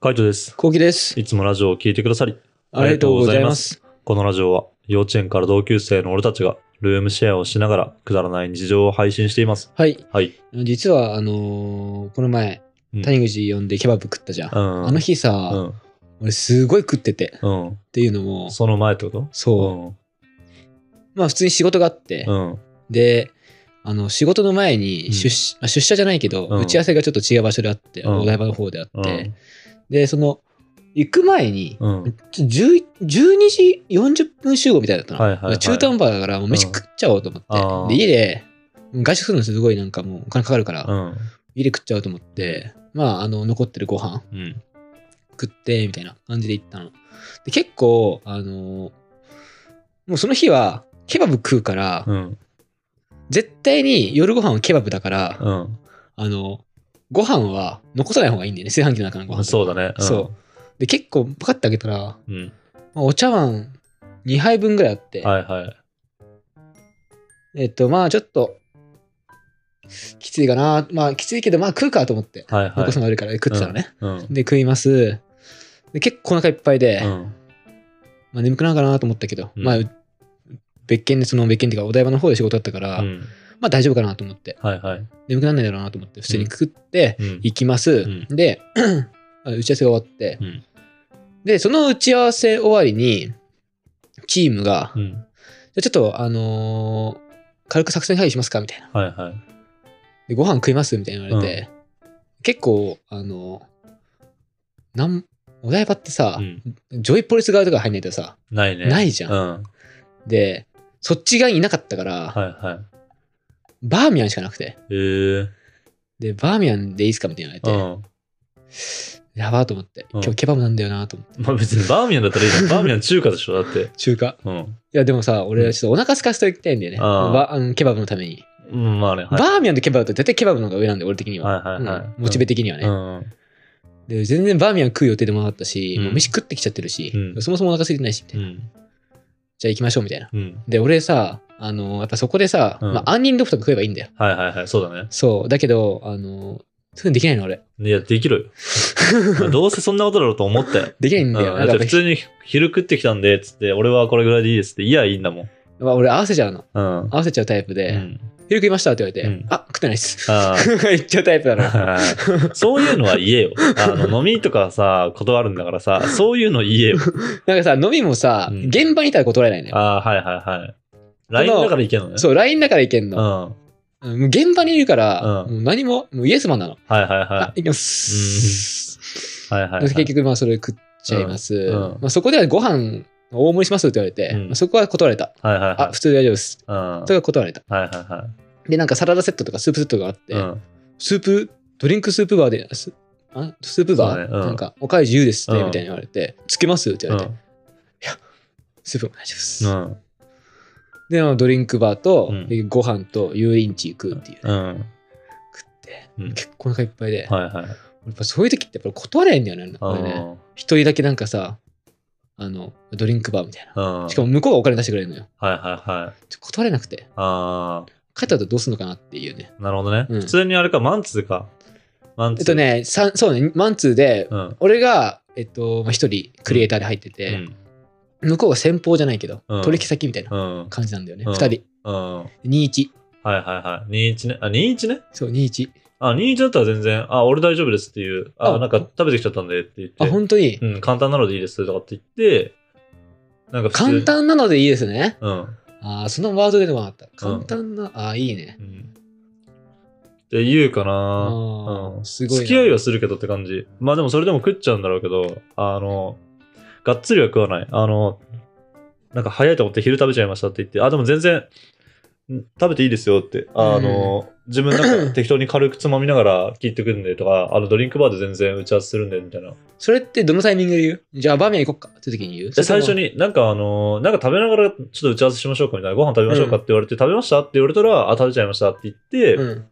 カイトです。コウキです。いつもラジオを聞いてくださり、ありがとうございます。このラジオは幼稚園から同級生の俺たちがルームシェアをしながらくだらない日常を配信しています。はい。はい。実は、あのーこの前うん、谷口呼んでケバブ食ったじゃん。うん。あの日さ、うん。俺すごい食ってて。うん。っていうのも、その前ってことそう。まあ普通に仕事があって、うん。うん。で、あの、仕事の前うんに出社、まあ、出社じゃないけど、うん打ち合わせがちょっと違う場所であって、うんお台場の方であっうて、ん。で、その、行く前に、うん。ちょ10 12時40分集合みたいだったの。はいはいはい中途半端だから、もう飯うん食っちゃおうと思あーって。で、家で、外食するのすごいなんかもうお金かかるから、うん。家で食っちゃおうと思って、まあ、あの、残ってるご飯うん。食って、みたいな感じで行ったの。で、結構、あのーもうその日は、ケバブ食うから、うん。絶対に夜ご飯はケバブだから、うん。あの、ご飯は残さない方がいいんだよね、炊飯器の中のご飯とかそうだね。うんそう。で、結構、パカって開けたら、まうん。あお茶碗2杯分ぐらいあって、はいはい。えっと、まあ、ちょっと、きついかな。まあ、きついけど、まあ、食うかと思って、はいは残いす。のあるから食ってたのね。うん。で、食います。で、結構お腹いっぱいで、うん。まあ、眠くなるかなと思ったけど、うんまあ、別件で、その別件っていうか、お台場の方で仕事だったから、うん。まあ大丈夫かなと思って、はいはい。眠くならないだろうなと思って、普通に食って、うん。行きます。んで、 あ打ち合わせが終わって、うんで、その打ち合わせ終わりに、チームが、うじん。ゃあちょっと、あのー軽く作戦会議しますかみたいな。はいはい。で、ご飯食いますみたいな言われて、結構、あのーなん、お台場ってさう、ん。ジョイポリス側とか入んないとさ、ないね。ないじゃんうん。で、そっち側にいなかったから、はいはい。バーミヤンしかなくて、えー。で、バーミヤンでいいっすかみたいな言うわれて、ん。やばーと思って、うん今日ケバブなんだよなと思って、まあ別にバーミヤンだったらいいじゃん。バーミヤン中華でしょだって。中華。うん。いや、でもさ、俺、ちょっとお腹空かせておきたいんだよね。あーバあのケバブのために。うん、まあね。はバいーミヤンとケバブって絶対ケバブの方が上なんで、俺的には。はいはいはいうんモチベ的にはね、うん。で。全然バーミヤン食う予定でもなかったし、うんもう飯食ってきちゃってるし、うんそもそもお腹空いてないし、みたういな、ん。じゃあ行きましょう、みたいな。うん。で、俺さ、あのやっぱそこでさ、うんまあ、杏仁豆腐とか食えばいいんだよ。はいはいはい。そうだね。そう。だけど、あのそういうのできないの、俺。いや、できる よ。どうせそんなことだろうと思ったよ。できないうんん、だよ。だってなんかや普っぱ通に昼食ってきたんで、つって、俺はこれぐらいでいいですって、いや、いいんだもん。まあ俺合わせちゃうの。うん。うん合わせちゃうタイプで、昼食いましたって言われて、うんあ、食ってないっす。 あ言っちゃうタイプだな。ーそういうのは言えよ。あの、飲みとかさ、断るんだからさ、そういうの言えよ。なんかさ、飲みもさ、うん現場にいたら断れないのよ。ああ、はいはいはい。LINE だからいけんのね。そう、LINE だからいけんうのん。。はいうんもう現場にいるから、うんもう何も、もうイエスマンなの。はいはあ、いきます。い。はいはいはい。で結局、まあ、それ食っちゃいます。うんうんまあ、そこではご飯、大盛りしますって言われて、うんまあそこは断れた。はいはいあ、は普通で大丈夫です。い。うん。それは断られた。はいはいはで、なんかサラダセットとかスープセットがあって、い。うん。スープ、ドリンクスープバーで、スあスープバー、そうだねうんなんか、おかわり自由ですね、うんみたいに言われて、つけますって言うわれて、ん。スープも大丈夫です。うん。で、まあドリンクバーと、うんでご飯と油淋鶏食うっていう、うん。食って、うん結構お腹いっぱいで、はいはい。やっぱそういう時ってやっぱ断れないんだよね。これね一人だけなんかさ、あの、ドリンクバーみたいな。うん。うんしかも向こうがお金出してくれるのよ。はいはいはい。ちょ断れなくて。あ帰った後どうすんのかなっていうね。あ、なるほどね。うん普通にあれか、マンツーか。マンツー。えっと。ね、さんそうね、マンツーで、うん。俺が、えっと、まあ、一人クリエイターで入ってうて、ん。向こうが先方じゃないけど、うん取引先みたいなうん。感じなんだよね。うん二人。うん。はい21。はいはい。21ね。あ、21ね。そう、21。あ、21だったら全然、あ、俺大丈夫ですっていう。あ、あなんか食べてきちゃったんでって言って。あ、本当に。うん、簡単なのでいいですとかって言って、なんか普通簡に単なのでいいですね。うん。ああ、そのワード出てこなかった。簡単な、ああ、いいね。うん。って言うかあな。あうー、んすごいな。付き合いはするけどって感じまあでもそれでも食っちゃうんだろうけどあのがっつりは食わないあのなんか早いと思って昼食べちゃいましたって言ってあでも全然ん食べていいですよってあの、自分なんか適当に軽くつまみながら聞いてくんでとかあのドリンクバーで全然打ち合わせするんでみたいなそれってどのタイミングで言うじゃあ、バーミヤン行こっかって時に言うで最初に。になんかあのなんか食べながらちょっと打ち合わせしましょうかみたいなご飯食べましょうかって言われて、食べましたって言われたらあ食べちゃいましたって言って、うん。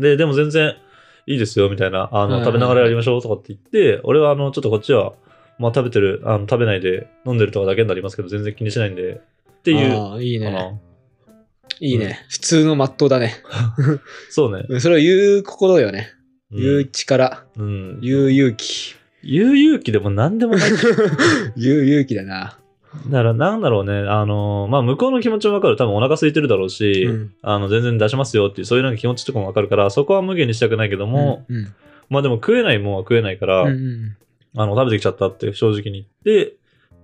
で、でも全然いいですよ、みたいな。あうの、ん食べながらやりましょうとかって言って、俺はあの、ちょっとこっちは、まあ食べてる、あの、食べないで飲んでるとかだけになりますけど、全然気にしないんで、っていう。ああ、いいかね。ないいね。普通のまっとうだね。そうね。うんそれを言う心よね。う。言うん力、うん言う勇気。言う勇気でも何でもない。 言う勇気だな。だから、なんだろうね。あの、まあ、向こうの気持ちもわかる。多分お腹空いてるだろうし、うんあの、全然出しますよっていう、そういうなんか気持ちとかもわかるから、そこは無限にしたくないけども、うんうんまあでも食えないもんは食えないから、うんうんあの、食べてきちゃったって正直に言って、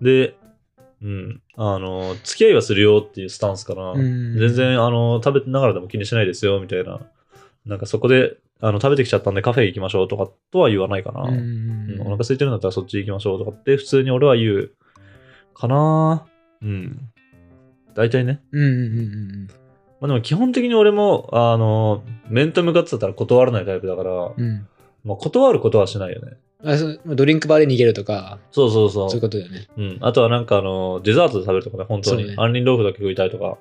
で、うん、あの、付き合いはするよっていうスタンスかな。うん全然、あの、食べてながらでも気にしないですよ、みたいな。なんかそこで、あの、食べてきちゃったんでカフェ行きましょうとかとは言わないかな。うんうんうんおうん腹空いてるんだったらそっち行きましょうとかって普通に俺は言うかなうん大体ねうんうんうんまあでも基本的に俺もあの面と向かってたら断らないタイプだから、うんうんまあ、断ることはしないよねあそうドリンクバーで逃げるとか、そうそうそうそういうことだよね。うん、あとはなんかあのデザートで食べるとかね本当に、そうね杏仁豆腐だけ食いたいとか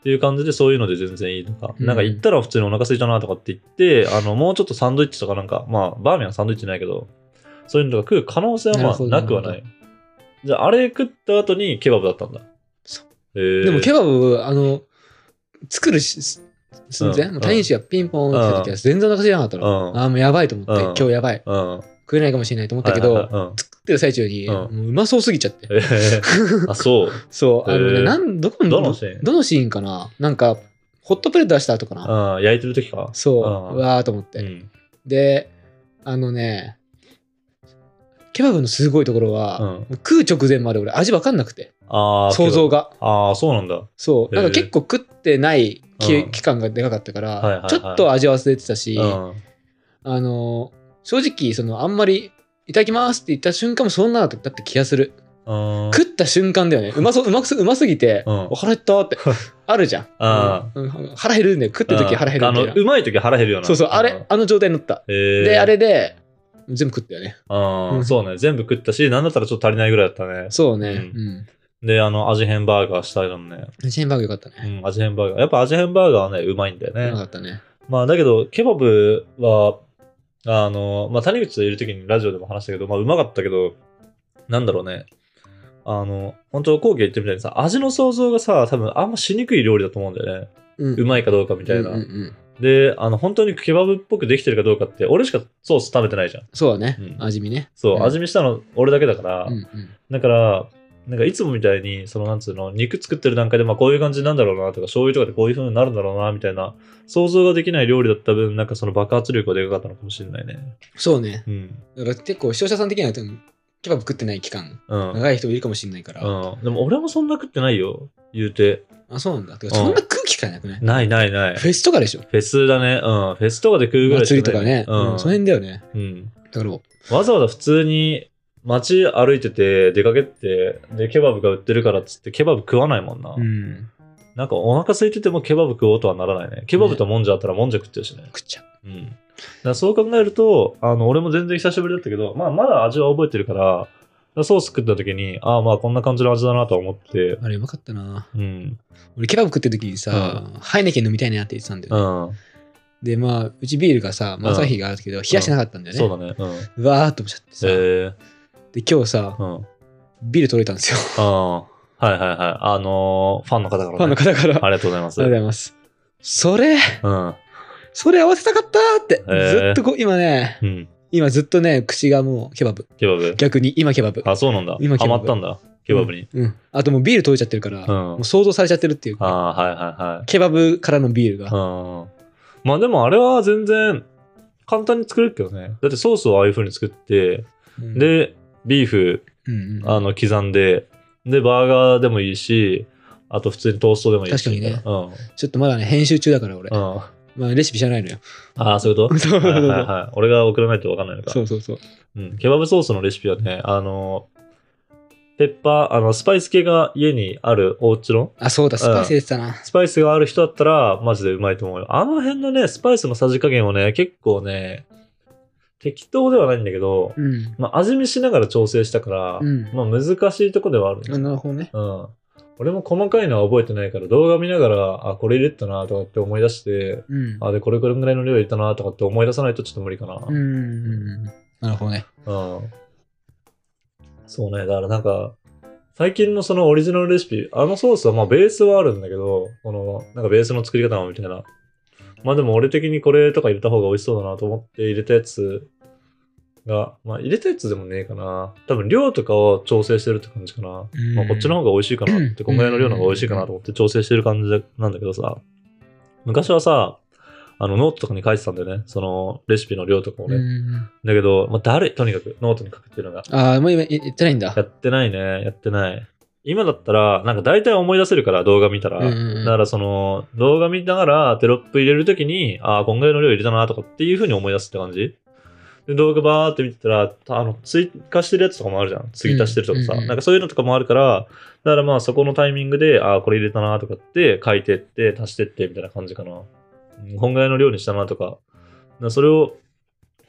っていう感じでそういうので全然いいとか、うんなんか行ったら普通にお腹空いたなとかって言ってあのもうちょっとサンドイッチとかなんかまあバーミヤンサンドイッチないけどそういうのとか食う可能性はなまるあほどなくはなないじゃああれ食った後にケバブだったんだそうへーでもケバブ、あの、作るし、す寸前、うんもう谷口がピンポーンって来た時は全然お腹空いてなかったの。うんああ、もうやばいと思って、うん今日やばい。うん食えないかもしれないと思ったけど、はいはいはいうん食ってる最中に、うんもううまそうすぎちゃって。えーあそうそう、あのへね、ーなんどこどのシーンどのシーンかななんか、ホットプレート出した後かな。うん焼いてる時かそう、うんうわーと思って。うんで、あのね、ケバブのすごいところは、うんもう食う直前まで俺味わかんなくて、ああ想像が。ああそうなんだそう。なんか結構食ってないき、うん期間がでかかったから、はいはいはいちょっと味忘れてたし、うんあのー、正直、その、あんまり、いただきますって言った瞬間もそんなだった気がする。うん食った瞬間だよね。うまそう、うます、うますぎて、うんお腹減っ たって、あるじゃん。あうんうん腹減るんだよ。食ってる時腹減るあみたいのな。うまい時腹減るようなそうそう、あれ、あの状態になった。へーで、あれで、全部食ったよね。ああ、うんそうね。全部食ったし、なんだったらちょっと足りないぐらいだったね。そうね。ううん。で、あの、味変バーガーしたいのね。チェーンバーグよかったうね。ん、味変バーガー。やっぱ味変バーガーはね、うまいんだよよねか。ったね。まあ、だけど、ケバブは、あの、まあ、谷口といる時にラジオでも話したけど、まあ、うまかったけど、なんだろうね。あの、本当後期言ってるみたいにさ、味の想像がさ、多分あんましにくい料理だと思うんだよね。うんうまいかどうかみたいうんうんな。うんで、あの、本当にケバブっぽくできてるかどうかって、俺しかソース食べてないじゃん。そうだね、うん味見ね。そう、うん味見したの俺だけだから、うんうんだから、なんかいつもみたいに、そのなんつうの、肉作ってる段階で、まあこういう感じなんだろうなとか、醤油とかでこういう風になるんだろうな、みたいな、想像ができない料理だった分、なんかその爆発力がでかかったのかもしれないね。そうね。うん。だから結構視聴者さん的には、うんケバブ食ってない期間、うん。長い人もいるかもしれないから、うん、でも俺もそんな食ってないよ、言うて。あ、そうなんだ。てかうんそんな空気感なくない、ないないない。フェスとかでしょフェスだね。うん。フェスとかで食うぐらい祭りしとかかないね。うん。うんその辺だよね。うん。だから、わざわざ普通に街歩いてて、出かけて、で、ケバブが売ってるからっつって、ケバブ食わないもんな。うん。なんかお腹空いててもケバブ食おうとはならないね。ケバブともんじゃあったらもんじゃ食ってるしね。食っちゃうう。ん。だからそう考えると、あの、俺も全然久しぶりだったけど、まあまだ味は覚えてるから、だからソース食った時に、ああまあこんな感じの味だなとは思って、あれ、うまかったな。うん。俺、ケバブ食ってる時にさ、ハイネケン飲みたいなって言ってたんだようね。ん。で、まあ、うちビールがさ、まあ、朝日があるけど、冷やしてなかったんだよね。そうだね。うん。うわーっと思っちゃってさ。えで、今日さー、、うん。ビール取れたんですよ。ああー。はいはいはい。あのーファンの方から、ね。ファンの方から。あありがりがとうございます。とうございます。それ、うん。それ合わせたかったーって、えーずっとこう、今ね、うん。今ずっとね、口がもうケバブ。ケバブ。逆に、今ケバブ。あ、そうなんだ。今ハケバマブったんだ。ケバブに。うん。あともうビール取れちゃってるから、うんもう想像されちゃってるっていうあか、あ、はいはいはい。ケバブからのビールが。うん。まあでもあれは全然簡単に作れるけどね。だってソースをああいう風に作って、うん、で、ビーフ、うんうん、あの、刻んで、で、バーガーでもいいし、あと普通にトーストでもいいし。確かにねうん。うん。ちょっとまだね、編集中だから俺。あまあ、レシピ知らないのよ。あ、 そういうこ とそうそうそうはいはいはい。俺が送らないと分かんないのか。そうそうそう。うん。ケバブソースのレシピはね、あの、ペッパー、あの、スパイス系が家にあるお家の、あ、そうだ、スパイス入れてたな。スパイスがある人だったら、マジでうまいと思うよ。あの辺のね、スパイスのさじ加減をね、結構ね、適当ではないんだけど、うん。まあ、味見しながら調整したから、うんまあ、難しいとこではあるあね、なるほどね。うん。俺も細かいのは覚えてないから、動画見ながら、あ、これ入れたなとかって思い出して、うん。あ、で、これくらいの量入れたなとかって思い出さないとちょっと無理かな。うんうんうん。なるほどね。うん。そうね、だからなんか、最近のそのオリジナルレシピ、あのソースはまあベースはあるんだけど、この、なんかベースの作り方もみたいな。まあでも俺的にこれとか入れた方が美味しそうだなと思って入れたやつが、まあ入れたやつでもねえかな。多分量とかを調整してるって感じかな。うんまあこっちの方が美味しいかなって、こんぐらいの量の方が美味しいかなと思って調整してる感じだなんだけどさ、昔はさ、あのノートとかに書いてたんだよね。そのレシピの量とかをね。うんだけど、まあだるい、とにかくノートに書くっていうのが。ああ、もう今言ってないんだや。ってないね。やってない。今だったら、なんか大体思い出せるから、動画見たら。うんうんうんだからその、動画見ながらテロップ入れるときに、ああ、こんぐらいの量入れたなとかっていうふうに思い出すって感じ。で、動画バーって見てたら、たあの、追加してるやつとかもあるじゃん。継ぎ足してるとかさ。うんうんうんなんかそういうのとかもあるから、だからまあそこのタイミングで、ああ、これ入れたなとかって書いてって、足してってみたいな感じかな。うんこんぐらいの量にしたなとか。だからそれを、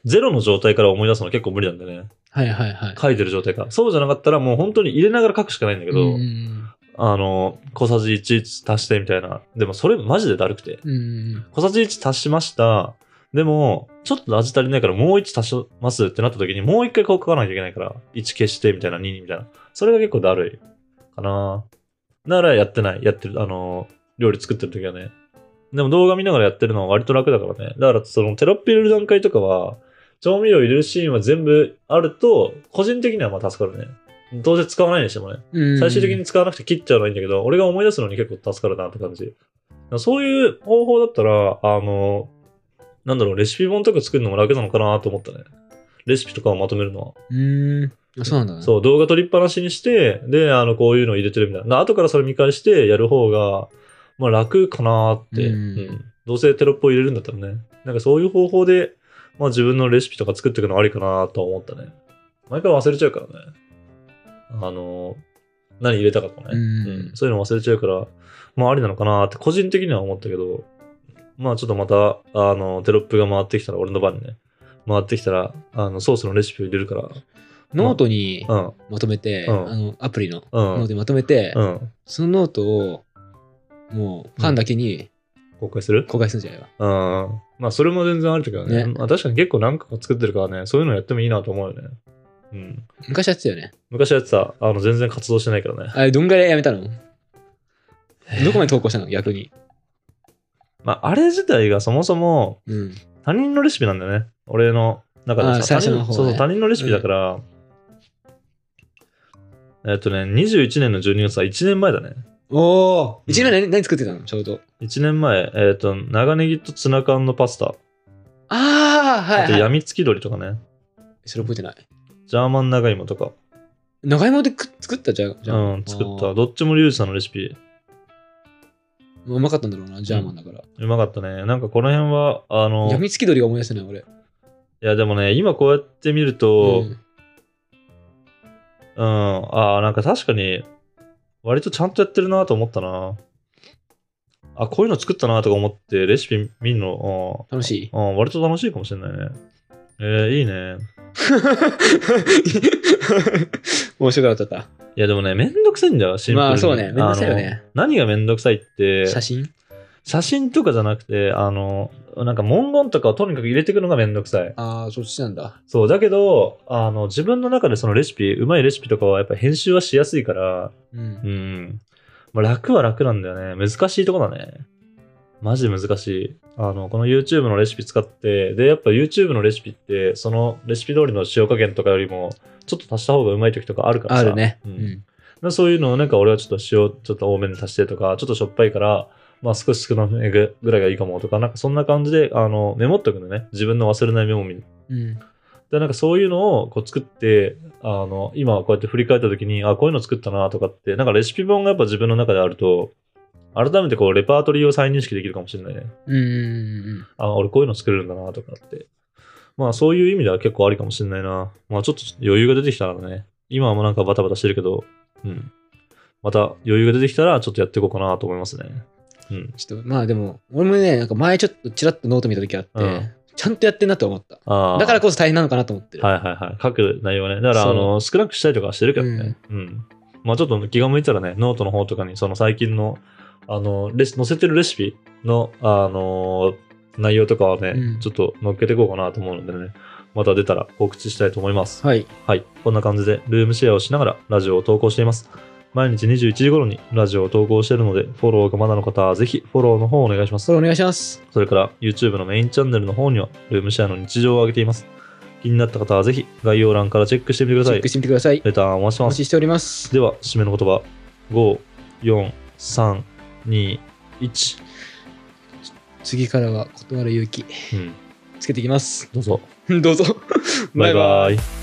ゼロの状態から思い出すの結構無理なんだよね。はいはいはい。書いてる状態か。そうじゃなかったらもう本当に入れながら書くしかないんだけど、うんあの、小さじ1足してみたいな。でもそれマジでだるくて。うんうん小さじ1足しました。でも、ちょっと味足りないからもう1足しますってなった時にもう一回こう書かなきゃいけないから、1消してみたいな、2にみたいな。それが結構だるいかな。ならやってない。やってる。あの、料理作ってる時はね。でも動画見ながらやってるのは割と楽だからね。だからそのテロップ入れる段階とかは、調味料入れるシーンは全部あると、個人的にはまあ助かるね。どうせ使わないにしてもね。うん最終的に使わなくて切っちゃうのはいいんだけど、俺が思い出すのに結構助かるなって感じ。だからそういう方法だったら、あの、なんだろう、レシピ本とか作るのも楽なのかなと思ったね。レシピとかをまとめるのは。うん。あそうなんだね。そう、動画撮りっぱなしにして、で、あの、こういうの入れてるみたいな。後からそれ見返してやる方が、まあ楽かなって、うんどうせテロップを入れるんだったらね。なんかそういう方法で、まあ自分のレシピとか作っていくのありかなとは思ったね。毎回忘れちゃうからね。あの、何入れたかとかね。うんそういうの忘れちゃうから、まあありなのかなって個人的には思ったけど、まあちょっとまた、あの、テロップが回ってきたら、俺の番にね、回ってきたら、あの、ソースのレシピを入れるから、ノートにうん、まとめて、うんあのアプリのうノんート、にまとめて、うん、そのノートをもうファンだけに公開する公開するんじゃないわ。うん。まあ、それも全然あるけどね。ねまあ、確かに結構何個か作ってるからね、そういうのやってもいいなと思うよね。うん。昔やってたよね。昔やってた、あの、全然活動してないからね。あれ、どんぐらいやめたのどこまで投稿したの逆に。まあ、あれ自体がそもそも、うん。他人のレシピなんだよね俺の中であーは最さ他初人の方ねそうそう他人のレシピだから、えっとね21年の12月は1年前だねおお一年前何何作ってたのちょうど。 1年前えっと長ネギとツナ缶のパスタあああはい、とはい。やみつき鶏とかねそれ覚えてない。ジャーマン長芋とか長芋でく作ったじゃん。じゃうん作った。どっちもリュウジさんのレシピまあうまかったんだろうな、ジャーマンだから。うまかったねなんかこの辺はあのやみつき鳥が思い出せない、俺。いやでもね今こうやって見るとうんうん、ああなんか確かに割とちゃんとやってるなと思ったなあこういうの作ったなとか思ってレシピ見るの、楽しい うんうん、割と楽しいかもしれないねえー、いいね面白かった。いやでもねめんどくさいんだよシンプルにまあそうねめんどくさいよねあの何がめんどくさいって写真写真とかじゃなくてあのなんか文言とかをとにかく入れていくのがめんどくさいああ、そっちなんだ。そう、だけど、あの、自分の中でそのレシピ、うまいレシピとかはやっぱ編集はしやすいから、う。うんん。まあ、楽は楽なんだよね。難しいとこだね。マジで難しい。あの、この YouTube のレシピ使って、で、やっぱ YouTube のレシピって、そのレシピ通りの塩加減とかよりも、ちょっと足した方がうまい時とかあるからあさ。るね。ううんん。でそういうのをなんか俺はちょっと塩ちょっと多めに足してとか、ちょっとしょっぱいから、まあ少し少なめぐらいがいいかもとか、なんかそんな感じで、あの、メモっとくのね。自分の忘れないメモみうん。でなんかそういうのをこう作ってあの今こうやって振り返った時にあこういうの作ったなとかってなんかレシピ本がやっぱ自分の中であると改めてこうレパートリーを再認識できるかもしれないねうんうん。あ俺こういうの作れるんだなとかってまあそういう意味では結構ありかもしれないなまあちょっと余裕が出てきたからね今はもうなんかバタバタしてるけどうんまた余裕が出てきたらちょっとやっていこうかなと思いますねうんちょっと、まあでも、俺もね、なんか前ちょっとちらっとノート見た時あって、うんちゃんとやってんなと思った。あーだからこそ大変なのかなと思ってる。はいはいはい。書く内容はね。だから、そうあの、少なくしたりとかはしてるけどね。うん。まあちょっと気が向いたらね、ノートの方とかに、その最近の、あの、レシ載せてるレシピの、あの、内容とかはね、うんちょっと載っけていこうかなと思うのでね、また出たら告知したいと思います。はい。はい。こんな感じで、ルームシェアをしながらラジオを投稿しています。毎日21時頃にラジオを投稿しているので、フォローがまだの方はぜひフォローの方をお願いしますそ。れお願いします。それから YouTube のメインチャンネルの方にはルームシェアの日常を上げています。気になった方はぜひ概要欄からチェックしてみてくだチさェッいク。してみてください。レターンお待ちしておま待すち。しております。では、締めの言葉。5、4、3、2、1。次からは断る勇気うん、つけていきます。 どうぞ。どうぞ。バイバイ。